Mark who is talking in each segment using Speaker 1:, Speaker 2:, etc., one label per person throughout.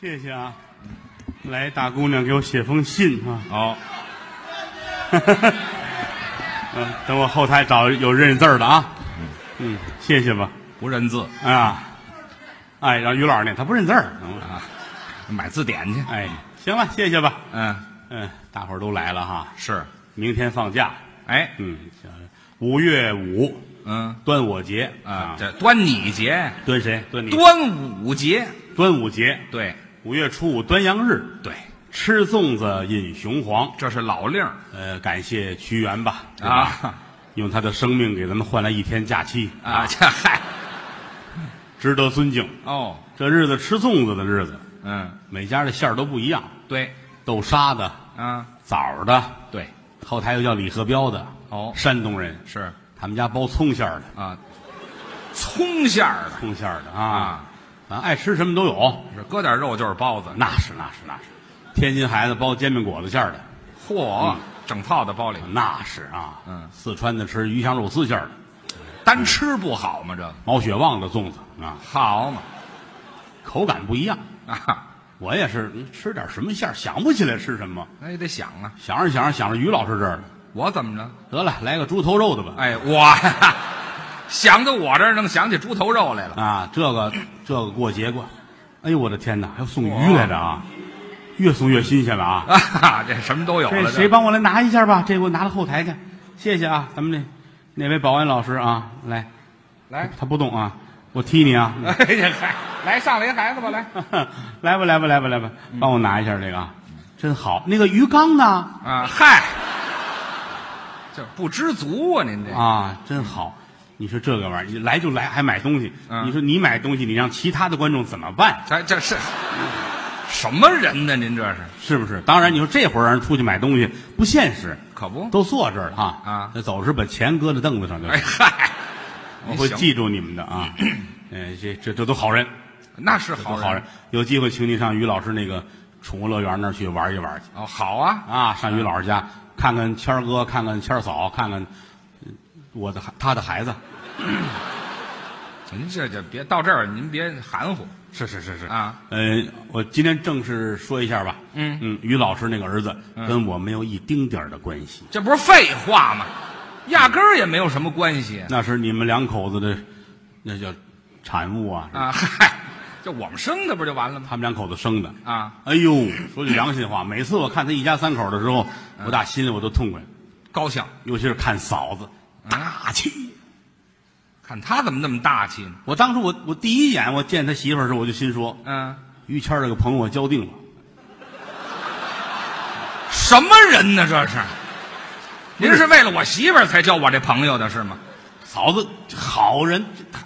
Speaker 1: 谢谢啊！来，大姑娘给我写封信啊！
Speaker 2: 哦，
Speaker 1: 嗯，等我后台找有认字儿的啊。嗯，谢谢吧。
Speaker 2: 不认字
Speaker 1: 啊，哎，让于老师念，他不认字儿。嗯
Speaker 2: 啊，买字典去。
Speaker 1: 哎，行了，谢谢吧。
Speaker 2: 嗯，
Speaker 1: 嗯，大伙儿都来了哈，
Speaker 2: 是。
Speaker 1: 明天放假。
Speaker 2: 哎，
Speaker 1: 嗯，行五月五，
Speaker 2: 嗯
Speaker 1: 端午节
Speaker 2: 啊，这端你节，
Speaker 1: 端谁？端你。
Speaker 2: 端午节，
Speaker 1: 端午节，
Speaker 2: 对
Speaker 1: 五月初五端阳日，
Speaker 2: 对，
Speaker 1: 吃粽子，饮雄黄。
Speaker 2: 这是老令儿
Speaker 1: 呃，感谢屈原吧，对吧
Speaker 2: 啊
Speaker 1: 用他的生命给咱们换来一天假期，
Speaker 2: 啊，这嗨
Speaker 1: 值得尊敬。
Speaker 2: 哦，
Speaker 1: 这日子吃粽子的日子，
Speaker 2: 嗯，
Speaker 1: 每家的馅儿都不一样，
Speaker 2: 对
Speaker 1: 豆沙的、
Speaker 2: 啊，
Speaker 1: 枣儿的，
Speaker 2: 对
Speaker 1: 后台又叫李和彪的，
Speaker 2: 哦
Speaker 1: 山东人，
Speaker 2: 是
Speaker 1: 他们家包葱馅儿的，
Speaker 2: 啊，葱馅儿的
Speaker 1: 葱馅儿的啊，
Speaker 2: 啊，
Speaker 1: 啊，爱吃什么都有，
Speaker 2: 是搁点肉就是包子，
Speaker 1: 那是那是那是。天津孩子包煎饼果子馅儿的，
Speaker 2: 嚯，整套的包里，
Speaker 1: 那是啊，
Speaker 2: 嗯
Speaker 1: 四川的吃鱼香肉丝馅儿的，
Speaker 2: 单吃不好吗？这个
Speaker 1: 毛血旺的粽子啊，
Speaker 2: 好嘛
Speaker 1: 口感不一样。
Speaker 2: 啊，
Speaker 1: 我也是，嗯吃点什么馅儿想不起来吃什么，
Speaker 2: 那也得想啊，
Speaker 1: 想着想着想着于老师这儿了，
Speaker 2: 我怎么着？
Speaker 1: 得了，来个猪头肉的吧。
Speaker 2: 哎，我 想到我这儿能想起猪头肉来了，
Speaker 1: 啊，这个这个过节过，哎呦我的天哪，还有送鱼来的啊，越送越新鲜了啊！
Speaker 2: 啊，这什么都有了，
Speaker 1: 这
Speaker 2: 这
Speaker 1: 谁帮我来拿一下吧？这给我拿到后台去，谢谢啊，咱们那那位保安老师啊，来，
Speaker 2: 来？
Speaker 1: 他不动啊，我踢你啊！
Speaker 2: 哎呀，嗨，来上雷孩子吧，来
Speaker 1: 来吧，来吧，来吧，来吧，
Speaker 2: 嗯
Speaker 1: 帮我拿一下这个啊，真好。那个鱼缸呢？
Speaker 2: 啊！嗨，这不知足啊，您这
Speaker 1: 啊，真好。你说这个玩意儿，来就来，还买东西。
Speaker 2: 嗯
Speaker 1: 你说你买东西，你让其他的观众怎么办？
Speaker 2: 这这是什么人呢？您这是
Speaker 1: 是不是？当然，你说这会儿让人出去买东西不现实，
Speaker 2: 可不？
Speaker 1: 都坐这儿了哈
Speaker 2: 啊
Speaker 1: 那走时把钱搁在凳子上就
Speaker 2: 哎
Speaker 1: 行，
Speaker 2: 嗨，
Speaker 1: 我会
Speaker 2: 哎行
Speaker 1: 记住你们的 啊。嗯，这这这都好人，
Speaker 2: 那是
Speaker 1: 都
Speaker 2: 好
Speaker 1: 好人。有机会请你上于老师那个宠物乐园那儿去玩一玩去
Speaker 2: 哦，好啊，
Speaker 1: 啊，上于老师家看看谦儿哥，看看谦儿嫂，看看嗯我的孩他的孩子。
Speaker 2: 您这就别到这儿，您别含糊
Speaker 1: 是是是是
Speaker 2: 啊。
Speaker 1: 呃，我今天正式说一下吧。
Speaker 2: 嗯
Speaker 1: 嗯，于老师那个儿子跟我没有一丁点儿的关系，
Speaker 2: 这不是废话吗？压根儿也没有什么关系啊
Speaker 1: 那是你们两口子的那叫产物啊，
Speaker 2: 啊！嗨，就我们生的不就完了吗？
Speaker 1: 他们两口子生的。
Speaker 2: 啊，
Speaker 1: 哎呦，说句良心话，每次我看他一家三口的时候，
Speaker 2: 嗯
Speaker 1: 我打心里我都痛快，
Speaker 2: 高兴，
Speaker 1: 尤其是看嫂子
Speaker 2: 嗯
Speaker 1: 大气。
Speaker 2: 看他怎么那么大气呢？
Speaker 1: 我当初我我第一眼我见他媳妇儿的时候，我就心说，
Speaker 2: 嗯，
Speaker 1: 于谦儿这个朋友我交定了。
Speaker 2: 什么人呢？这是？您是为了我媳妇儿才交我这朋友的是吗？
Speaker 1: 嫂子好人，她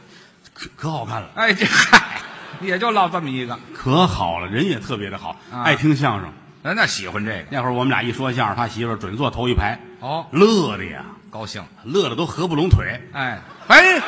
Speaker 1: 可可好看了，
Speaker 2: 哎，这嗨，也就落这么一个。
Speaker 1: 可好了，人也特别的好，
Speaker 2: 啊
Speaker 1: 爱听相声。
Speaker 2: 那那喜欢这个
Speaker 1: 那会儿我们俩一说相声，他媳妇儿准坐头一排，
Speaker 2: 哦，
Speaker 1: 乐的呀，
Speaker 2: 高兴。
Speaker 1: 乐的都合不拢腿，
Speaker 2: 哎哎，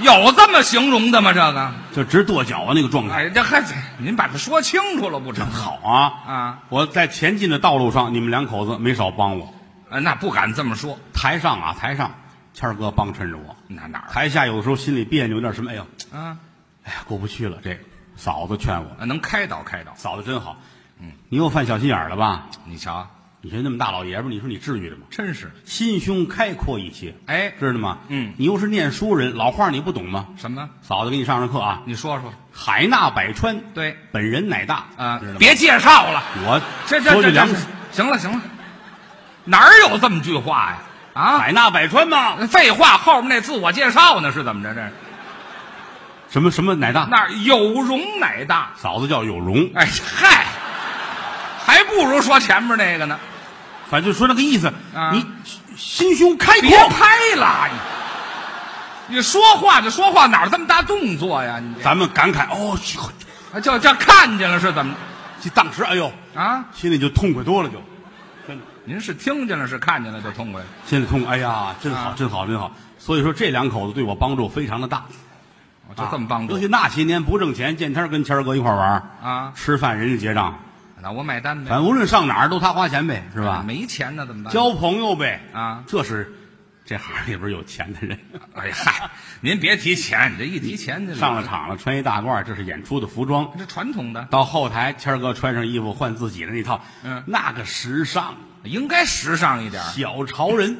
Speaker 2: 有这么形容的吗？这个？
Speaker 1: 就直跺脚啊那个状态。
Speaker 2: 哎，这还您把它说清楚了不成？
Speaker 1: 好啊
Speaker 2: 啊！
Speaker 1: 我在前进的道路上，你们两口子没少帮我。
Speaker 2: 啊，那不敢这么说。
Speaker 1: 台上啊，台上，谦儿哥帮衬着我；
Speaker 2: 那哪儿
Speaker 1: 台下有的时候心里别扭，有点什么，哎呦，
Speaker 2: 啊？
Speaker 1: 哎呀，过不去了。这嫂子劝我，
Speaker 2: 啊能开导开导。
Speaker 1: 嫂子真好。嗯，你又犯小心眼儿了吧？
Speaker 2: 你瞧，
Speaker 1: 你说那么大老爷们儿，你说你至于的吗？
Speaker 2: 真是。
Speaker 1: 心胸开阔一些，
Speaker 2: 哎，
Speaker 1: 知道吗？
Speaker 2: 嗯，
Speaker 1: 你又是念书人，老话你不懂吗？
Speaker 2: 什么？
Speaker 1: 嫂子给你上上课啊，
Speaker 2: 你说说。
Speaker 1: 海纳百川，
Speaker 2: 对
Speaker 1: 本人乃大
Speaker 2: 啊
Speaker 1: 知道，吗？
Speaker 2: 别介绍了。
Speaker 1: 我
Speaker 2: 这这
Speaker 1: 说句
Speaker 2: 这
Speaker 1: 良
Speaker 2: 这
Speaker 1: 心，，
Speaker 2: 行了行了，哪儿有这么句话呀？啊，
Speaker 1: 海纳百川嘛，
Speaker 2: 废话，后面那自我介绍呢是怎么着？这是
Speaker 1: 什么什么乃大，
Speaker 2: 那儿有容乃大。
Speaker 1: 嫂子叫有容，
Speaker 2: 哎嗨，还不如说前面那个呢。
Speaker 1: 反正就说那个意思，
Speaker 2: 啊
Speaker 1: 你心胸开阔
Speaker 2: 别，拍了，你你说话就说话，哪儿这么大动作呀？你
Speaker 1: 咱们感慨哦，这
Speaker 2: 这就这看见了是怎么
Speaker 1: 这当时哎呦，
Speaker 2: 啊？
Speaker 1: 心里就痛快多了就，真的
Speaker 2: 您是听见了是看见了就痛快了？哦
Speaker 1: 心里痛快，哎呀，真好，
Speaker 2: 啊
Speaker 1: 真好，真好。所以说这两口子对我帮助非常的大，
Speaker 2: 我
Speaker 1: 啊
Speaker 2: 就这么帮助
Speaker 1: 尤其那些年不挣钱，见天儿跟谦儿哥一块儿玩儿，
Speaker 2: 啊？
Speaker 1: 吃饭人家结账，
Speaker 2: 那我买单呗
Speaker 1: 反，正无论上哪儿都他花钱呗，是吧？
Speaker 2: 没钱呢怎么办？
Speaker 1: 交朋友呗，
Speaker 2: 啊
Speaker 1: 这是这行里边有钱的人
Speaker 2: 哎呀， 嗨，您别提钱，这一提钱这
Speaker 1: 上了场了，穿一大褂，这是演出的服装。
Speaker 2: 这传统的
Speaker 1: 到后台，谦儿哥穿上衣服换自己的那套，
Speaker 2: 嗯
Speaker 1: 那个时尚，
Speaker 2: 应该时尚一点儿，
Speaker 1: 小潮人。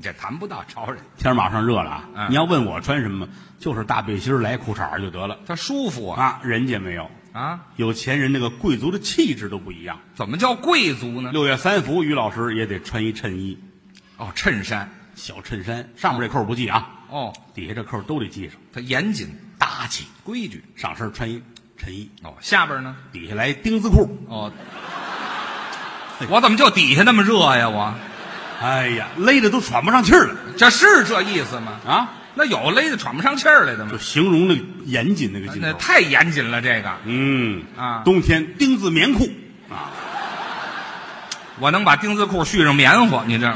Speaker 2: 这谈不到潮人，
Speaker 1: 天儿马上热了啊！
Speaker 2: 嗯
Speaker 1: 你要问我穿什么，就是大背心儿来裤衩儿就得了
Speaker 2: 他舒服啊
Speaker 1: 啊。人家没有，
Speaker 2: 啊！
Speaker 1: 有钱人那个贵族的气质都不一样。
Speaker 2: 怎么叫贵族呢？
Speaker 1: 六月三伏，于老师也得穿一衬衣，
Speaker 2: 哦，衬衫
Speaker 1: 小衬衫，上面这扣儿不系啊，
Speaker 2: 哦，
Speaker 1: 底下这扣儿都得系上，
Speaker 2: 它严谨
Speaker 1: 大气。
Speaker 2: 规矩
Speaker 1: 上身穿一衬衣，
Speaker 2: 哦。下边呢？
Speaker 1: 底下来丁字裤。
Speaker 2: 哦，我怎么就底下那么热呀？我
Speaker 1: 哎呀，勒的都喘不上气儿了
Speaker 2: 这是这意思吗？
Speaker 1: 啊！
Speaker 2: 那有勒得喘不上气儿来的
Speaker 1: 就
Speaker 2: 吗？
Speaker 1: 形容那个严谨那个劲
Speaker 2: 那
Speaker 1: 头。
Speaker 2: 太严谨了，这个
Speaker 1: 嗯
Speaker 2: 啊
Speaker 1: 冬天丁字棉裤，
Speaker 2: 我能把丁字裤续上棉花，你这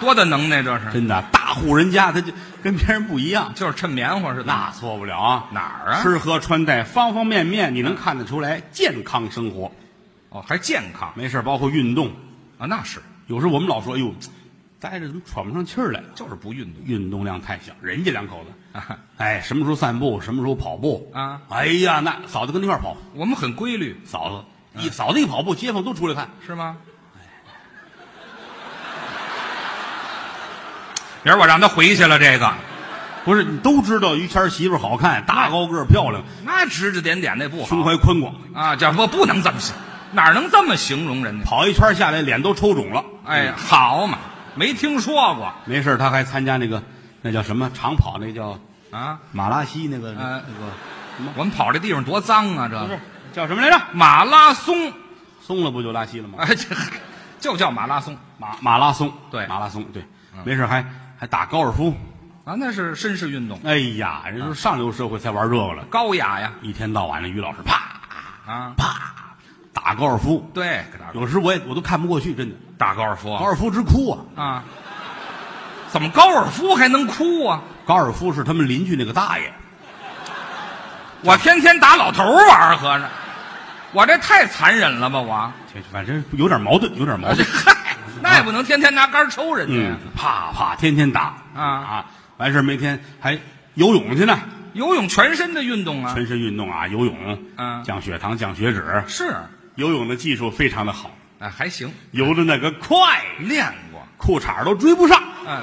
Speaker 2: 多大能耐？这是
Speaker 1: 真的大户人家他就跟别人不一样，
Speaker 2: 就是趁棉花似的。
Speaker 1: 那错不了啊！
Speaker 2: 哪儿啊？
Speaker 1: 吃喝穿戴方方面面，你能看得出来健康生活。
Speaker 2: 哦，还健康
Speaker 1: 没事儿，包括运动。
Speaker 2: 啊？那是
Speaker 1: 有时候我们老说，哎呦，待着怎么喘不上气儿来了？
Speaker 2: 就是不运动
Speaker 1: 运动量太小，人家两口子，
Speaker 2: 啊。
Speaker 1: 哎，什么时候散步，什么时候跑步
Speaker 2: 啊？
Speaker 1: 哎呀，那嫂子跟他一块儿跑，
Speaker 2: 我们很规律
Speaker 1: 嫂子一嫂子一跑步，街坊都出来看。
Speaker 2: 是吗？明儿我让他回去了，这个
Speaker 1: 不是，你都知道于谦儿媳妇儿好看，大高个儿漂亮，
Speaker 2: 那指指点点那不
Speaker 1: 胸
Speaker 2: 好
Speaker 1: 怀宽广，
Speaker 2: 啊！这不不能这么形，哪能这么形容人呢？
Speaker 1: 跑一圈儿下来脸都抽肿了。嗯
Speaker 2: 哎呀，好嘛，没听说过
Speaker 1: 没事儿，他还参加那个那叫什么长跑，那叫
Speaker 2: 啊！
Speaker 1: 马拉西那个那
Speaker 2: 呃
Speaker 1: 个
Speaker 2: 我们跑这地方多脏啊！
Speaker 1: 不是
Speaker 2: 这
Speaker 1: 叫什么来着？
Speaker 2: 马拉松，
Speaker 1: 松了不就拉稀了吗？
Speaker 2: 哎，这嗨就叫马拉松
Speaker 1: 马马拉松，
Speaker 2: 对嗯
Speaker 1: 马拉松，对，没事儿还还打高尔夫。
Speaker 2: 啊，那是绅士运动，
Speaker 1: 哎呀，人说上流社会才玩这个了，
Speaker 2: 高雅呀
Speaker 1: 一天到晚的于老师啪
Speaker 2: 啊！
Speaker 1: 啪打高尔夫，
Speaker 2: 对，打
Speaker 1: 有时我也我都看不过去，真的，
Speaker 2: 打高尔夫
Speaker 1: 高尔夫之哭啊！
Speaker 2: 啊，怎么高尔夫还能哭啊？
Speaker 1: 高尔夫是他们邻居那个大爷，
Speaker 2: 我天天打老头儿玩儿，合着我这太残忍了吧？我
Speaker 1: 这反正有点矛盾，有点矛
Speaker 2: 我这
Speaker 1: 盾。
Speaker 2: 嗨，那也不能天天拿杆儿抽人家
Speaker 1: 嗯
Speaker 2: 呀。，
Speaker 1: 啪啪，天天打
Speaker 2: 啊
Speaker 1: 啊！完事儿每天还游泳去呢，
Speaker 2: 游泳全身的运动啊，
Speaker 1: 嗯全身运动啊，游泳，
Speaker 2: 嗯
Speaker 1: 降血糖、降血脂，
Speaker 2: 是
Speaker 1: 游泳的技术非常的好，
Speaker 2: 哎还行，
Speaker 1: 游的那个快，
Speaker 2: 练过。
Speaker 1: 裤衩都追不上。
Speaker 2: 嗯，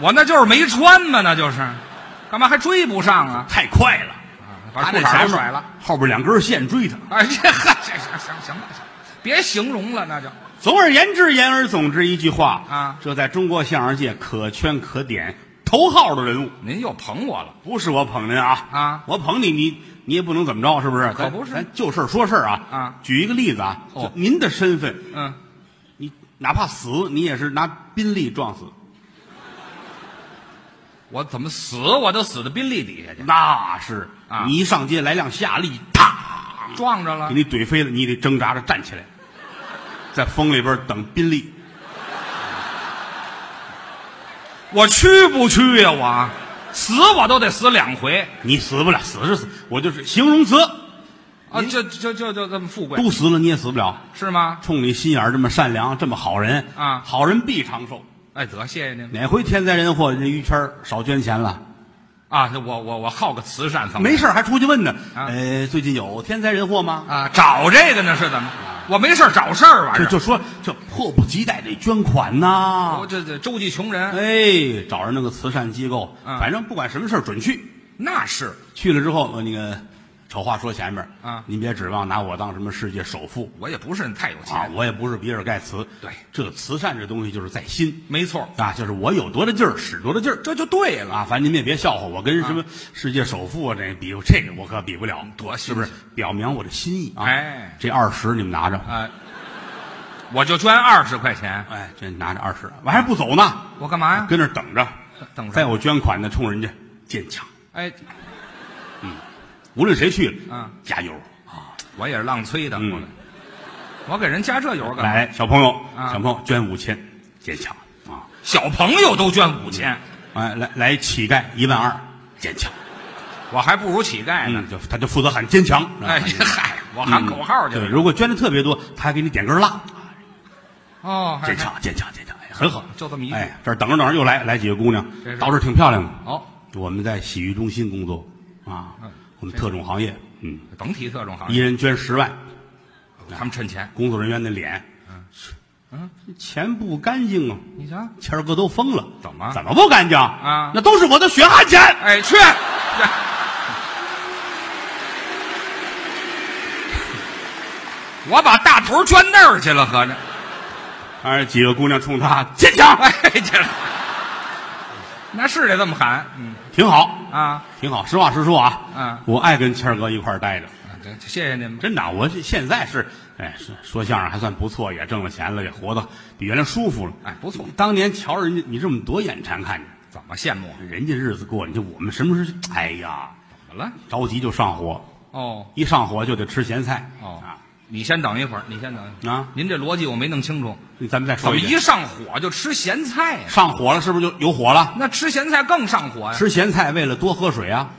Speaker 2: 我那就是没穿嘛，那就是，干嘛还追不上啊？
Speaker 1: 太快了，
Speaker 2: 把
Speaker 1: 他
Speaker 2: 裤
Speaker 1: 那
Speaker 2: 衩
Speaker 1: 前
Speaker 2: 都甩
Speaker 1: 面
Speaker 2: 了。，
Speaker 1: 后边两根线追他。
Speaker 2: 哎，这 嗨，这行行行吧，行别形容了，那就
Speaker 1: 总而言之，言而总之，一句话
Speaker 2: 啊
Speaker 1: 这在中国相声界可圈可点、头号的人物。
Speaker 2: 您又捧我了。
Speaker 1: 不是我捧您啊
Speaker 2: 啊！
Speaker 1: 我捧你，你你也不能怎么着，是不是？
Speaker 2: 可
Speaker 1: 咱
Speaker 2: 不是
Speaker 1: 咱就事儿说事儿啊。
Speaker 2: 啊
Speaker 1: 举一个例子啊，
Speaker 2: 哦
Speaker 1: 就您的身份，
Speaker 2: 嗯，
Speaker 1: 你哪怕死，你也是拿宾利撞死，
Speaker 2: 我怎么死我都死到宾利底下去，
Speaker 1: 那是
Speaker 2: 嗯啊
Speaker 1: 你一上街来辆夏利，啪，
Speaker 2: 撞着了
Speaker 1: 给。你怼飞了，你得挣扎着站起来，在风里边等宾利。
Speaker 2: 我去不去呀、我死我都得死两回
Speaker 1: 你死不了，死是死，我就是形容词，
Speaker 2: 啊！就就就就这么富贵
Speaker 1: 都死了你也死不了。
Speaker 2: 是吗？
Speaker 1: 冲你心眼儿这么善良，这么好人
Speaker 2: 啊
Speaker 1: 好人必长寿。
Speaker 2: 哎，得谢谢您
Speaker 1: 哪回天灾人祸，人家于谦儿少捐钱了。
Speaker 2: 啊！我我我好个慈善方面
Speaker 1: 没事儿还出去问呢。
Speaker 2: 啊
Speaker 1: 呃，最近有天灾人祸吗？
Speaker 2: 啊，找这个呢是怎么？我没事儿找事儿玩
Speaker 1: 就
Speaker 2: 意儿，
Speaker 1: 就说这迫不及待得捐款呐、
Speaker 2: 我这这周济穷人
Speaker 1: 哎，找着那个慈善机构，
Speaker 2: 嗯
Speaker 1: 反正不管什么事儿准去。
Speaker 2: 那是
Speaker 1: 去了之后，呃那个丑话说前面
Speaker 2: 啊
Speaker 1: 您别指望拿我当什么世界首富
Speaker 2: 我也不是太有钱，
Speaker 1: 啊，我也不是比尔盖茨。
Speaker 2: 对
Speaker 1: 这慈善这东西就是在心
Speaker 2: 没错，
Speaker 1: 啊，就是我有多大劲儿使多大劲儿。
Speaker 2: 这就对了。
Speaker 1: 啊，反正您也别笑话我，跟什么世界首富啊，这比这个我可比不了，
Speaker 2: 啊多
Speaker 1: 是不是
Speaker 2: 新？
Speaker 1: 表明我的心意啊！
Speaker 2: 哎
Speaker 1: 这二十你们拿着，
Speaker 2: 啊，我就捐二十块钱，
Speaker 1: 哎，这拿着二十，我还不走呢，
Speaker 2: 我干嘛呀？
Speaker 1: 跟那儿等着，
Speaker 2: 等
Speaker 1: 再
Speaker 2: 着，
Speaker 1: 有捐款的冲人家坚强，
Speaker 2: 哎，
Speaker 1: 无论谁去了，
Speaker 2: 嗯，
Speaker 1: 加油！
Speaker 2: 我也是浪催的，
Speaker 1: 嗯，
Speaker 2: 我给人加这油干嘛？
Speaker 1: 来，小朋友，
Speaker 2: 啊
Speaker 1: 小朋友捐五千，坚强啊！
Speaker 2: 小朋友都捐五千，
Speaker 1: 哎，来来，乞丐一万二，坚强，
Speaker 2: 我还不如乞丐呢。
Speaker 1: 嗯，就他就负责喊坚强，是吧
Speaker 2: 哎，这 嗨，我喊口号去
Speaker 1: 嗯对，
Speaker 2: 了。
Speaker 1: 如果捐的特别多，他还给你点根蜡，
Speaker 2: 哦，还
Speaker 1: 坚强，坚强，坚强，哎呀。很好，
Speaker 2: 就这么一句
Speaker 1: 哎，这儿等着等着又来来几个姑娘
Speaker 2: 这，是
Speaker 1: 倒是挺漂亮的。
Speaker 2: 哦，
Speaker 1: 我们在洗浴中心工作啊
Speaker 2: 嗯，啊
Speaker 1: 我们特种行业，嗯，
Speaker 2: 甭提特种行
Speaker 1: 一
Speaker 2: 业，
Speaker 1: 人捐十万，
Speaker 2: 他们趁钱。
Speaker 1: 工作人员的脸，
Speaker 2: 嗯，
Speaker 1: 钱不干净啊，
Speaker 2: 你瞧，
Speaker 1: 谦儿哥都疯了，
Speaker 2: 怎么
Speaker 1: 怎么不干净
Speaker 2: 啊
Speaker 1: 那都是我的血汗钱。
Speaker 2: 哎，去， 我把大头捐那儿去了，合着。
Speaker 1: 哎，几个姑娘冲他坚强，
Speaker 2: 哎，这那是得这么喊，嗯
Speaker 1: 挺好，
Speaker 2: 啊，
Speaker 1: 挺好。实话实说啊，
Speaker 2: 嗯
Speaker 1: 我爱跟谦儿哥一块儿待着，
Speaker 2: 啊这这谢谢您吧。
Speaker 1: 真的。啊我现在是，哎，是说相声还算不错，也挣了钱了，也活得比原来舒服了。
Speaker 2: 哎，不错，
Speaker 1: 当年瞧人家你这么多眼馋看着，
Speaker 2: 怎么羡慕啊我？
Speaker 1: 人家日子过，你就我们什么时候？哎呀，
Speaker 2: 怎么了？
Speaker 1: 着急就上火，
Speaker 2: 哦
Speaker 1: 一上火就得吃咸菜。
Speaker 2: 哦
Speaker 1: 啊，
Speaker 2: 你先等一会儿，你先等一会儿
Speaker 1: 啊
Speaker 2: 您这逻辑我没弄清楚，
Speaker 1: 咱们再
Speaker 2: 怎
Speaker 1: 说
Speaker 2: 么
Speaker 1: 一遍
Speaker 2: 一上火就吃咸菜啊呀、
Speaker 1: 上火了是不是就有火了？
Speaker 2: 那吃咸菜更上火呀、
Speaker 1: 吃咸菜为了多喝水啊，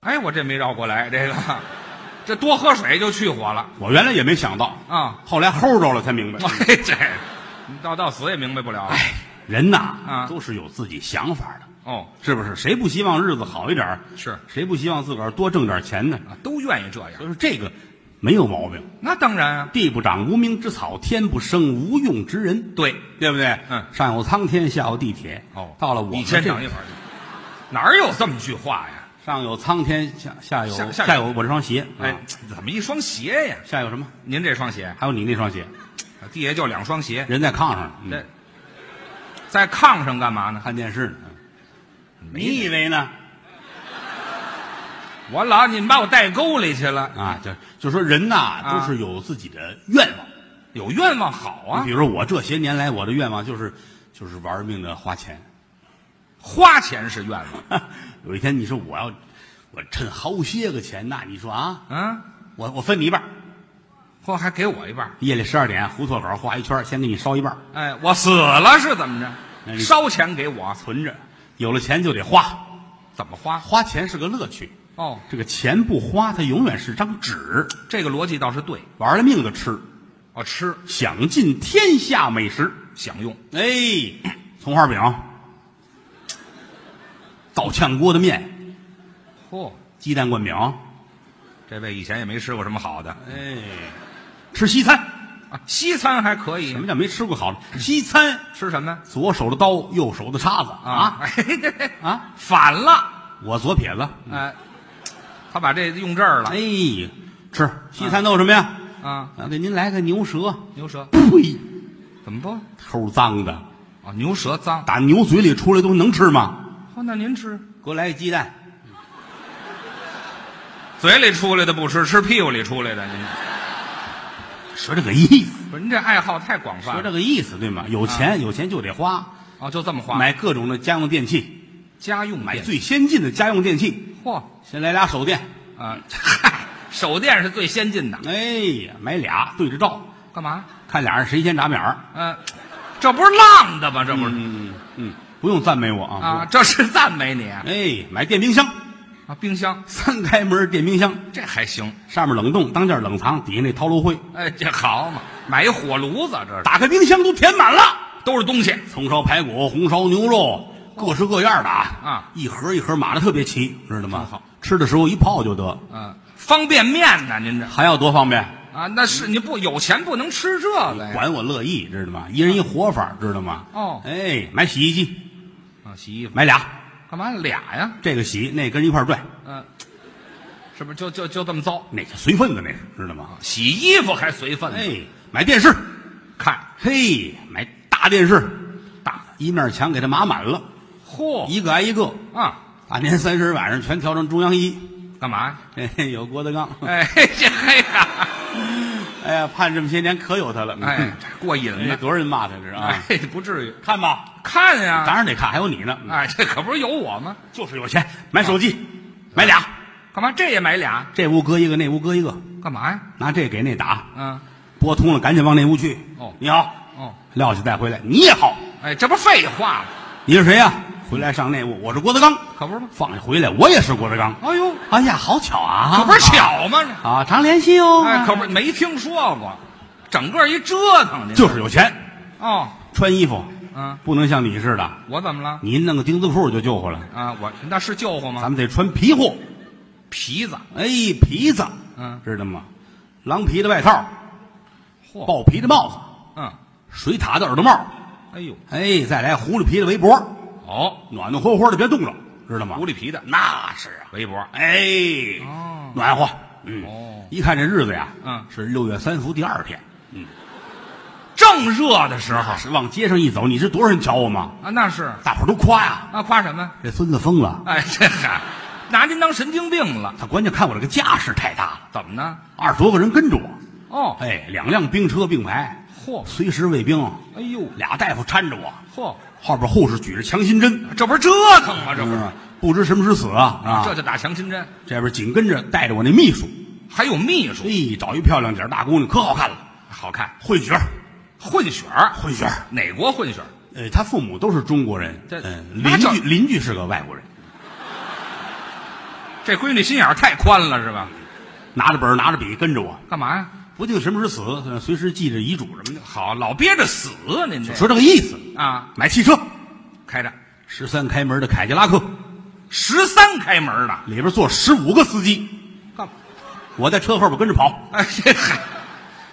Speaker 2: 哎，我这没绕过来，这个，这多喝水就去火了
Speaker 1: 我原来也没想到，
Speaker 2: 啊！
Speaker 1: 后来齁着了才明白。
Speaker 2: 哎，这你到到死也明白不了。
Speaker 1: 嗯哎，人呐，
Speaker 2: 啊
Speaker 1: 都是有自己想法的，
Speaker 2: 哦，
Speaker 1: 是不是？谁不希望日子好一点儿？
Speaker 2: 是
Speaker 1: 谁不希望自个儿多挣点钱呢？
Speaker 2: 啊，都愿意这样
Speaker 1: 所。以说这个没有毛病。
Speaker 2: 那当然啊，
Speaker 1: 地不长无名之草，天不生无用之人，
Speaker 2: 对。
Speaker 1: 对不对？
Speaker 2: 嗯
Speaker 1: 上有苍天，下有地铁。
Speaker 2: 哦，
Speaker 1: 到了我
Speaker 2: 你
Speaker 1: 们
Speaker 2: 先
Speaker 1: 这
Speaker 2: 等一会儿，哪儿有这么句话呀？
Speaker 1: 上有苍天，下下有
Speaker 2: 下下
Speaker 1: 有我这双鞋，
Speaker 2: 哎
Speaker 1: 啊，
Speaker 2: 怎么一双鞋呀？
Speaker 1: 下有什么？
Speaker 2: 您这双鞋，
Speaker 1: 还有你那双鞋，
Speaker 2: 地下就两双鞋，
Speaker 1: 人在炕上，嗯
Speaker 2: 这在炕上干嘛呢？
Speaker 1: 看电视呢。嗯
Speaker 2: 没
Speaker 1: 你以为呢？
Speaker 2: 我老你们把我带沟里去了，
Speaker 1: 啊，就就说人呐，
Speaker 2: 啊
Speaker 1: 都是有自己的愿望。
Speaker 2: 有愿望好
Speaker 1: 你
Speaker 2: 啊
Speaker 1: 比，如说我这些年来，我的愿望就是就是玩命的花钱。
Speaker 2: 花钱是愿望，
Speaker 1: 有一天你说我要我趁好些个钱呐，你说啊，
Speaker 2: 嗯，
Speaker 1: 我我分你一半儿，
Speaker 2: 或还给我一半儿。
Speaker 1: 夜里十二点胡同口画一圈儿，先给你烧一半儿，
Speaker 2: 哎，我死了是怎么
Speaker 1: 那
Speaker 2: 着？
Speaker 1: 你
Speaker 2: 烧钱给我，
Speaker 1: 存着。有了钱就得花，
Speaker 2: 怎么花？
Speaker 1: 花钱是个乐趣。
Speaker 2: 哦，
Speaker 1: 这个钱不花，它永远是张纸，
Speaker 2: 这个逻辑倒是对。
Speaker 1: 玩了命的吃，
Speaker 2: 哦，吃
Speaker 1: 享尽天下美食。
Speaker 2: 享用，
Speaker 1: 哎，葱花饼、糟炝锅的面、
Speaker 2: 嚯、
Speaker 1: 鸡蛋灌饼，
Speaker 2: 这位以前也没吃过什么好的
Speaker 1: 哎，吃西餐。
Speaker 2: 啊。西餐还可以
Speaker 1: 什，么叫没吃过好的西餐？
Speaker 2: 吃什么呀？
Speaker 1: 左手的刀，右手的叉子啊
Speaker 2: 哎嘿嘿嘿
Speaker 1: 啊！
Speaker 2: 反了，
Speaker 1: 我左撇子，
Speaker 2: 哎，他把这用这儿了
Speaker 1: 哎，吃西餐都有什么呀？
Speaker 2: 啊。
Speaker 1: 啊，给您来个牛舌，
Speaker 2: 牛舌
Speaker 1: 呸，
Speaker 2: 怎么不？
Speaker 1: 齁脏的，
Speaker 2: 哦，牛舌脏。
Speaker 1: 打牛嘴里出来东西能吃吗？
Speaker 2: 哦，那您吃
Speaker 1: 给我来一鸡蛋，
Speaker 2: 嘴里出来的不吃，吃屁股里出来的。您
Speaker 1: 说这个意思，
Speaker 2: 不是您这爱好太广泛
Speaker 1: 说
Speaker 2: 了。
Speaker 1: 这个意思对吗？有钱有钱就得啊花，
Speaker 2: 哦，就这么花。
Speaker 1: 买各种的家用电器，
Speaker 2: 家用
Speaker 1: 买
Speaker 2: 电
Speaker 1: 最先进的家用电器，
Speaker 2: 嚯
Speaker 1: 先来俩手电，
Speaker 2: 啊， 嗨，手电是最先进的。
Speaker 1: 哎呀，买俩对着照，
Speaker 2: 干嘛？
Speaker 1: 看俩人谁先眨眼儿。
Speaker 2: 嗯、这不是浪的吗？这不是、
Speaker 1: 嗯嗯，不用赞美我啊
Speaker 2: 啊？这是赞美你啊！
Speaker 1: 哎，买电冰箱，
Speaker 2: 冰箱
Speaker 1: 三开门电冰箱，
Speaker 2: 这还行，
Speaker 1: 上面冷冻，当间冷藏，底下那陶炉灰。
Speaker 2: 哎，这好嘛，买一火炉子，这是
Speaker 1: 打开冰箱都填满了，
Speaker 2: 都是东西。
Speaker 1: 葱烧排骨、红烧牛肉，各式各样的啊
Speaker 2: 啊
Speaker 1: 一盒一盒码的特别齐，知道吗？
Speaker 2: 好，
Speaker 1: 吃的时候一泡就得，
Speaker 2: 嗯、方便面呢？您这
Speaker 1: 还要多方便，
Speaker 2: 啊，那是你不有钱不能吃这个哎呀？
Speaker 1: 管我乐意，知道吗？一人一活法，知道吗？
Speaker 2: 哦
Speaker 1: 哎，买洗衣机，
Speaker 2: 啊，洗衣服
Speaker 1: 买俩，
Speaker 2: 干嘛俩呀？
Speaker 1: 这个洗，那跟人一块儿拽，
Speaker 2: 嗯、是不是就就就这么糟？
Speaker 1: 那叫随份子，那是知道吗？
Speaker 2: 洗衣服还随份子、
Speaker 1: 哎，买电视，
Speaker 2: 看，
Speaker 1: 嘿，买大电视，大的一面墙给它码满了，
Speaker 2: 嚯
Speaker 1: 一个挨一个。
Speaker 2: 啊，
Speaker 1: 大年三十晚上全调成中央一，
Speaker 2: 干嘛呀？
Speaker 1: 嘿嘿，有郭德纲。
Speaker 2: 哎， 这嘿呀，
Speaker 1: 哎呀，盼这么些年可有他了。
Speaker 2: 哎，这过瘾
Speaker 1: 哎，
Speaker 2: 了，
Speaker 1: 多少人骂他这是
Speaker 2: 哎
Speaker 1: 啊？，
Speaker 2: 不至于。
Speaker 1: 看吧，
Speaker 2: 看呀、
Speaker 1: 当然得看，还有你呢。嗯
Speaker 2: 哎，这可不是有我吗？
Speaker 1: 就是有钱，买手机，
Speaker 2: 哎
Speaker 1: 买俩，
Speaker 2: 干嘛这也买俩？
Speaker 1: 这屋搁一个，那屋搁一个，
Speaker 2: 干嘛呀？
Speaker 1: 拿这给那打，
Speaker 2: 嗯，
Speaker 1: 拨通了赶紧往那屋去。
Speaker 2: 哦
Speaker 1: 你好，
Speaker 2: 哦，
Speaker 1: 撂下带回来。你也好，
Speaker 2: 哎，这不废话吗？
Speaker 1: 你是谁呀？回来上那屋，我是郭德纲。
Speaker 2: 可不是吗？
Speaker 1: 放下回来，我也是郭德纲。
Speaker 2: 哎呦，
Speaker 1: 哎呀，好巧啊！
Speaker 2: 可不是巧吗？哎这
Speaker 1: 啊，常联系哦。
Speaker 2: 哎，可不是没听说过，整个一折腾您
Speaker 1: 就是有钱，
Speaker 2: 哦，
Speaker 1: 穿衣服
Speaker 2: 嗯，
Speaker 1: 不能像你似的，
Speaker 2: 我怎么了？
Speaker 1: 你弄个丁字裤就救活了，
Speaker 2: 啊，我那是救活吗？
Speaker 1: 咱们得穿皮裤，
Speaker 2: 皮子，
Speaker 1: 哎，皮子，
Speaker 2: 嗯
Speaker 1: 知道吗？狼皮的外套，
Speaker 2: 嚯，
Speaker 1: 豹皮的帽子，
Speaker 2: 嗯，
Speaker 1: 水獭的耳朵帽，
Speaker 2: 哎呦，
Speaker 1: 哎，再来狐狸皮的围脖，
Speaker 2: 哦，
Speaker 1: 暖暖和和的，别冻着，知道吗？
Speaker 2: 狐狸皮的
Speaker 1: 那是啊，
Speaker 2: 围脖，
Speaker 1: 哎，
Speaker 2: 哦
Speaker 1: 暖和，嗯，
Speaker 2: 哦
Speaker 1: 一看这日子呀，
Speaker 2: 嗯
Speaker 1: 是六月三伏第二天，
Speaker 2: 正热的时候
Speaker 1: 是往街上一走，你知多少人瞧我吗？
Speaker 2: 啊，那是
Speaker 1: 大伙儿都夸呀，
Speaker 2: 那夸什么？
Speaker 1: 这孙子疯了，
Speaker 2: 哎，这嗨，拿您当神经病了？
Speaker 1: 他关键看我这个架势太大了，
Speaker 2: 怎么呢？
Speaker 1: 二十多个人跟着我，
Speaker 2: 哦，
Speaker 1: 哎，两辆兵车并排，
Speaker 2: 嚯，
Speaker 1: 随时卫兵，
Speaker 2: 哎呦，
Speaker 1: 俩大夫搀着我，
Speaker 2: 嚯，
Speaker 1: 后边护士举着强心针，
Speaker 2: 这不是折腾吗？啊这不是，
Speaker 1: 嗯不知什么时死啊啊！
Speaker 2: 这就打强心针，
Speaker 1: 这边紧跟着带着我那秘书，
Speaker 2: 还有秘书，
Speaker 1: 哎，找一漂亮点儿大姑娘，可好看了，
Speaker 2: 好看，
Speaker 1: 混血儿，
Speaker 2: 混血儿，
Speaker 1: 混血儿。
Speaker 2: 哪国混血儿？
Speaker 1: 呃，他父母都是中国人，
Speaker 2: 这
Speaker 1: 嗯，
Speaker 2: 那
Speaker 1: 邻
Speaker 2: 叫
Speaker 1: 居邻居是个外国人，
Speaker 2: 这闺女心眼儿太宽了是吧？
Speaker 1: 拿着本儿拿着笔跟着我，
Speaker 2: 干嘛呀？
Speaker 1: 不定什么时候死，呃随时记着遗嘱什么的，
Speaker 2: 好，老憋着死啊您这
Speaker 1: 就说这个意思。
Speaker 2: 啊，
Speaker 1: 买汽车，
Speaker 2: 开着
Speaker 1: 十三开门的凯迪拉克，
Speaker 2: 十三开门的，
Speaker 1: 里边坐十五个司机，
Speaker 2: 干嘛？
Speaker 1: 我在车后边跟着跑。
Speaker 2: 哎，这嗨，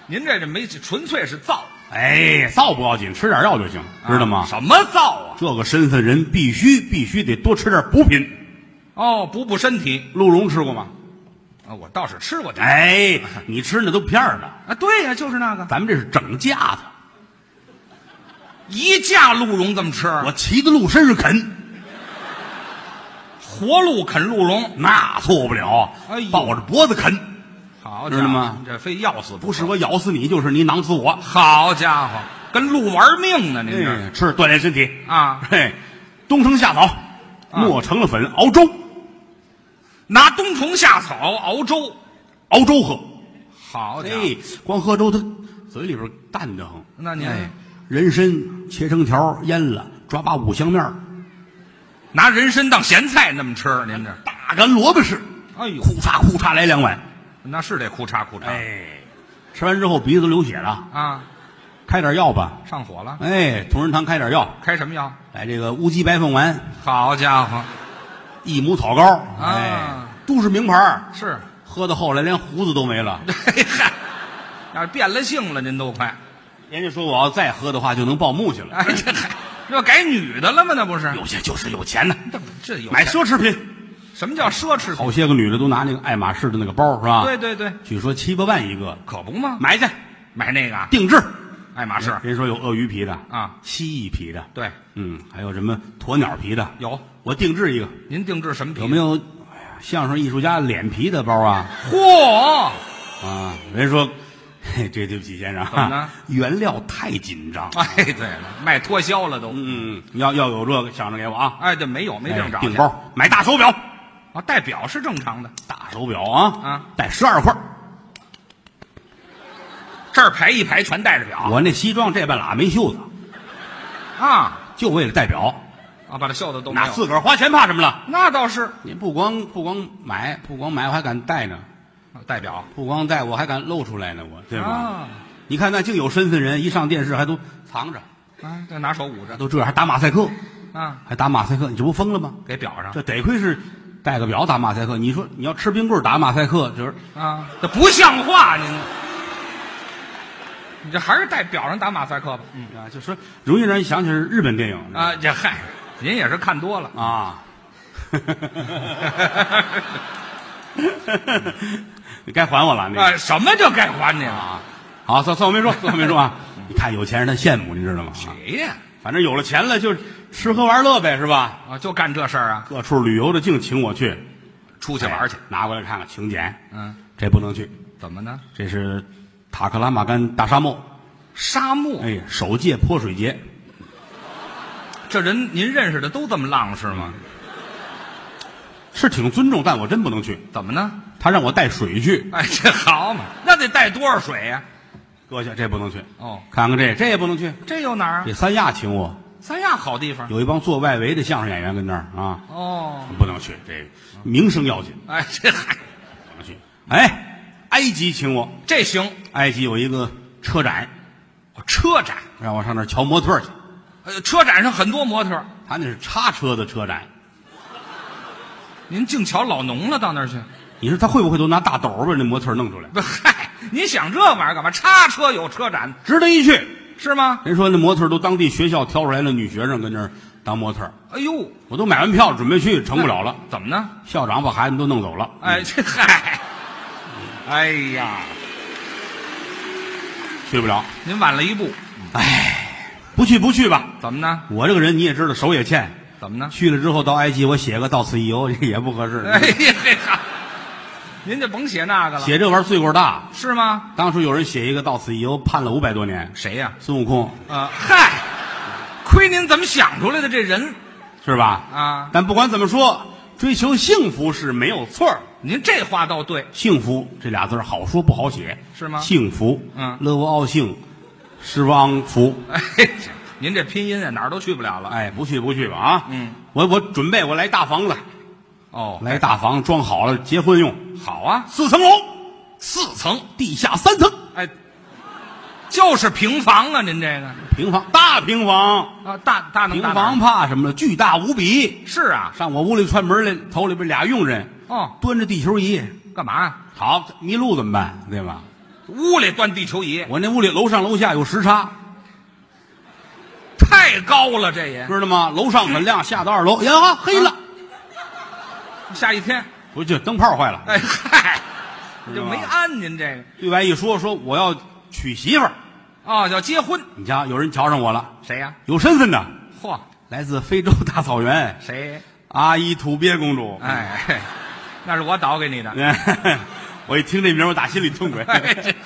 Speaker 2: 您这这没纯粹是造，
Speaker 1: 哎，造不要紧，吃点药就行，知道吗？
Speaker 2: 什么造啊？
Speaker 1: 这个身份人必须必须得多吃点补品。
Speaker 2: 哦，补补身体
Speaker 1: 鹿茸吃过吗？
Speaker 2: 啊，我倒是吃过点
Speaker 1: 哎，你吃那都片儿的，
Speaker 2: 啊，对呀、就是那个
Speaker 1: 咱们这是整架子。
Speaker 2: 一架鹿茸这么吃，
Speaker 1: 我骑在鹿身上啃，
Speaker 2: 活鹿啃鹿茸，
Speaker 1: 那错不了
Speaker 2: 哎呦，
Speaker 1: 抱着脖子啃，
Speaker 2: 好
Speaker 1: 知
Speaker 2: 家
Speaker 1: 道
Speaker 2: 伙
Speaker 1: 吗，
Speaker 2: 这非要死
Speaker 1: 不
Speaker 2: 不
Speaker 1: 是
Speaker 2: 可，
Speaker 1: 我咬死你，就是你囊死我。
Speaker 2: 好家伙，跟鹿玩命呢，您这、
Speaker 1: 哎，吃锻炼身体
Speaker 2: 啊，
Speaker 1: 嘿，冬虫夏草磨成了粉，熬粥，
Speaker 2: 拿冬虫夏草熬粥，
Speaker 1: 熬粥喝。
Speaker 2: 好家伙，
Speaker 1: 哎，光喝粥它嘴里边淡得很。
Speaker 2: 那您
Speaker 1: 哎人参切成条腌了，抓把五香面儿
Speaker 2: 拿人参当咸菜那么吃，您这，
Speaker 1: 大干萝卜是，
Speaker 2: 哎呦，
Speaker 1: 库嚓库嚓来两碗。
Speaker 2: 那是得哭嚓哭嚓、
Speaker 1: 哎，吃完之后鼻子都流血了，
Speaker 2: 啊，
Speaker 1: 开点药吧。
Speaker 2: 上火了，
Speaker 1: 哎，同仁堂开点药，
Speaker 2: 开什么药？
Speaker 1: 来这个乌鸡白凤丸，
Speaker 2: 好家伙，
Speaker 1: 益母草膏，
Speaker 2: 啊
Speaker 1: 哎，都是名牌儿
Speaker 2: 是，
Speaker 1: 喝到后来连胡子都没 了。
Speaker 2: 嘿嗨，要是变了性了，您都快，
Speaker 1: 人家说我要再喝的话就能报幕去了。
Speaker 2: 哎这嗨，这改女的了吗？那不是，
Speaker 1: 有些就是有钱呢，
Speaker 2: 这这有
Speaker 1: 买
Speaker 2: 钱
Speaker 1: 奢侈品。
Speaker 2: 什么叫奢侈品？
Speaker 1: 好些个女的都拿那个爱马仕的那个包是吧？
Speaker 2: 对，对对，
Speaker 1: 据说七八万一个，
Speaker 2: 可不嘛，
Speaker 1: 买去
Speaker 2: 买那个啊
Speaker 1: 定制。
Speaker 2: 爱马仕
Speaker 1: 人说有鳄鱼皮的
Speaker 2: 啊，
Speaker 1: 蜥蜴皮的，
Speaker 2: 对，
Speaker 1: 嗯，还有什么鸵鸟皮的，
Speaker 2: 有。
Speaker 1: 我定制一个。
Speaker 2: 您定制什么皮？
Speaker 1: 有没有哎呀相声艺术家脸皮的包啊？
Speaker 2: 嚯，
Speaker 1: 啊，人说，嘿，这对不起先生，啊
Speaker 2: 怎么呢
Speaker 1: 原料太紧张。
Speaker 2: 哎，对了，卖脱销了都。
Speaker 1: 嗯，要要有这个，想着给我啊。
Speaker 2: 哎，这没有，没地
Speaker 1: 哎
Speaker 2: 方找去。
Speaker 1: 订包，买大手表，
Speaker 2: 啊，戴表是正常的，
Speaker 1: 大手表啊，
Speaker 2: 啊，
Speaker 1: 带十二块。
Speaker 2: 这儿排一排全戴着表
Speaker 1: 我那西装这半拉没袖子，
Speaker 2: 啊
Speaker 1: 就为了戴表，
Speaker 2: 啊，把这袖子都没
Speaker 1: 那
Speaker 2: 有。
Speaker 1: 自个儿花钱怕什么了？
Speaker 2: 那倒是，
Speaker 1: 你不光不光买，不光买，我还敢戴呢。
Speaker 2: 啊戴表
Speaker 1: 不光戴，我还敢露出来呢，我对吧？
Speaker 2: 啊，
Speaker 1: 你看那净有身份人，一上电视还都藏着，
Speaker 2: 啊，这拿手捂着
Speaker 1: 都这样还打马赛克，
Speaker 2: 啊，
Speaker 1: 还打马赛克，你这不疯了吗？
Speaker 2: 给表上
Speaker 1: 这得亏是戴个表打马赛克。你说你要吃冰棍儿打马赛克，就是
Speaker 2: 啊，这不像话，您，你这还是戴表上打马赛克吧？嗯
Speaker 1: 啊，就说容易让人想起日本电影
Speaker 2: 啊，这嗨，您也是看多了，
Speaker 1: 啊。 你该还我了，那
Speaker 2: 啊，
Speaker 1: 个
Speaker 2: 什么叫该还您啊？
Speaker 1: 啊，好，算算我没说，算我没说啊。
Speaker 2: 嗯
Speaker 1: 你看有钱人他羡慕，你知道吗？啊
Speaker 2: 谁呀？
Speaker 1: 反正有了钱了就吃喝玩乐呗，是吧？
Speaker 2: 啊，就干这事儿啊，
Speaker 1: 各处旅游的净请我去，
Speaker 2: 出
Speaker 1: 出
Speaker 2: 去玩儿去。
Speaker 1: 拿过来看看请柬，
Speaker 2: 嗯，
Speaker 1: 这不能去，
Speaker 2: 怎么呢？
Speaker 1: 这是塔克拉玛干大沙漠，
Speaker 2: 沙漠，
Speaker 1: 哎，首届泼水节，
Speaker 2: 这人您认识的都这么浪是吗？
Speaker 1: 是挺尊重，但我真不能去。
Speaker 2: 怎么呢？
Speaker 1: 他让我带水去，
Speaker 2: 哎，这好嘛，那得带多少水呀？
Speaker 1: 搁下这不能去，
Speaker 2: 哦，
Speaker 1: 看看这这也不能去。
Speaker 2: 这有哪儿啊
Speaker 1: 这？三亚请我，
Speaker 2: 三亚好地方。
Speaker 1: 有一帮做外围的相声演员跟那儿啊，
Speaker 2: 哦，
Speaker 1: 不能去，这名声要紧，
Speaker 2: 哎，这还
Speaker 1: 不能去。哎，埃及请我，
Speaker 2: 这行
Speaker 1: 埃及有一个车展，
Speaker 2: 车展，
Speaker 1: 让我上那儿瞧模特儿去。
Speaker 2: 呃，车展上很多模特儿，
Speaker 1: 他那是叉车的车展，
Speaker 2: 您净瞧老农了，到那儿去？
Speaker 1: 你说他会不会都拿大斗儿把那模特儿弄出来？
Speaker 2: 不，嗨，您想这玩意儿干嘛？叉车有车展
Speaker 1: 值得一去。
Speaker 2: 是吗？
Speaker 1: 人说那模特儿都当地学校挑出来的女学生跟那儿当模特儿，
Speaker 2: 哎呦，
Speaker 1: 我都买完票准备去，成不了了。
Speaker 2: 怎么呢？
Speaker 1: 校长把孩子们都弄走了。嗯
Speaker 2: 哎，这嗨，哎呀，
Speaker 1: 去不了，
Speaker 2: 您晚了一步，
Speaker 1: 不去不去吧。
Speaker 2: 怎么呢？
Speaker 1: 我这个人你也知道，手也欠。
Speaker 2: 怎么呢？
Speaker 1: 去了之后到埃及，我写个到此一游， 这也不合适。
Speaker 2: 哎呀，这个，您就甭写那个了，
Speaker 1: 写这玩意儿罪过大。
Speaker 2: 是吗？
Speaker 1: 当初有人写一个到此一游，判了五百多年。
Speaker 2: 谁呀、
Speaker 1: 孙悟空
Speaker 2: 啊？嗨，亏您怎么想出来的这人
Speaker 1: 是吧？
Speaker 2: 啊？
Speaker 1: 但不管怎么说，追求幸福是没有错儿。
Speaker 2: 您这话倒对，
Speaker 1: 幸福这俩字儿好说不好写，
Speaker 2: 是吗
Speaker 1: 幸福，
Speaker 2: 嗯
Speaker 1: 乐无傲幸，失汪福。
Speaker 2: 哎，这您这拼音啊哪儿都去不了了。
Speaker 1: 哎，不去不去吧啊！
Speaker 2: 嗯，
Speaker 1: 我我准备我来大房子，
Speaker 2: 哦，
Speaker 1: 来大房子装好了结婚用，
Speaker 2: 好啊，
Speaker 1: 四层楼，
Speaker 2: 四层，
Speaker 1: 地下三层，
Speaker 2: 哎，就是平房啊，您这个
Speaker 1: 平房大平房，
Speaker 2: 啊，大大能
Speaker 1: 平
Speaker 2: 大哪儿
Speaker 1: 房怕什么了？巨大无比。
Speaker 2: 是啊，
Speaker 1: 上我屋里串门来，头里边俩佣人
Speaker 2: 哦，
Speaker 1: 端着地球仪，
Speaker 2: 干嘛？啊
Speaker 1: 好迷路怎么办？对吧？
Speaker 2: 屋里端地球仪
Speaker 1: 我那屋里楼上楼下有时差，
Speaker 2: 太高了，这也
Speaker 1: 知道吗？楼上很亮，下到二楼，呀，黑了，
Speaker 2: 下一天。
Speaker 1: 不就灯泡坏了。
Speaker 2: 哎嗨，
Speaker 1: 是
Speaker 2: 就
Speaker 1: 吧
Speaker 2: 没安您这个
Speaker 1: 对外一说，说我要娶媳妇儿，
Speaker 2: 哦，要结婚
Speaker 1: 你瞧，有人瞧上我了，
Speaker 2: 谁呀、
Speaker 1: 有身份的，
Speaker 2: 嚯，
Speaker 1: 来自非洲大草原，
Speaker 2: 谁？
Speaker 1: 阿依土鳖公主。
Speaker 2: 哎，嘿那是我倒给你的。
Speaker 1: 我一听这名儿，我打心里痛快。
Speaker 2: 哎，这样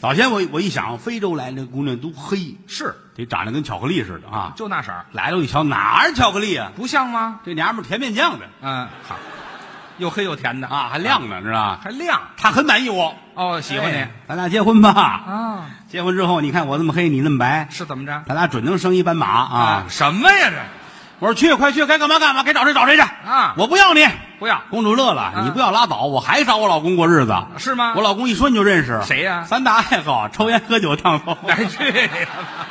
Speaker 1: 早先我我一想，非洲来那姑娘都黑，
Speaker 2: 是
Speaker 1: 得长得跟巧克力似的啊。
Speaker 2: 就那色儿，
Speaker 1: 来了，我一瞧，哪儿巧克力啊？
Speaker 2: 不像吗？
Speaker 1: 这娘们儿甜面酱的
Speaker 2: 嗯，好，又黑又甜的，
Speaker 1: 啊，还亮呢，知道吧？
Speaker 2: 还亮
Speaker 1: 她很满意我，
Speaker 2: 哦，喜欢你、
Speaker 1: 哎咱俩结婚吧。
Speaker 2: 啊？
Speaker 1: 结婚之后，你看我这么黑，你那么白，
Speaker 2: 是怎么着
Speaker 1: 咱俩准能生一斑马啊！
Speaker 2: 什么呀这？
Speaker 1: 我说去，快去，该干嘛干嘛，该找谁找谁去
Speaker 2: 啊
Speaker 1: 我不要你。
Speaker 2: 不要
Speaker 1: 公主乐了，你不要拉倒，我还找我老公过日子，
Speaker 2: 是吗
Speaker 1: 我老公一说你就认识，
Speaker 2: 谁呀
Speaker 1: 三大爱好：抽烟、喝酒、烫头。
Speaker 2: 哪儿去你的吧？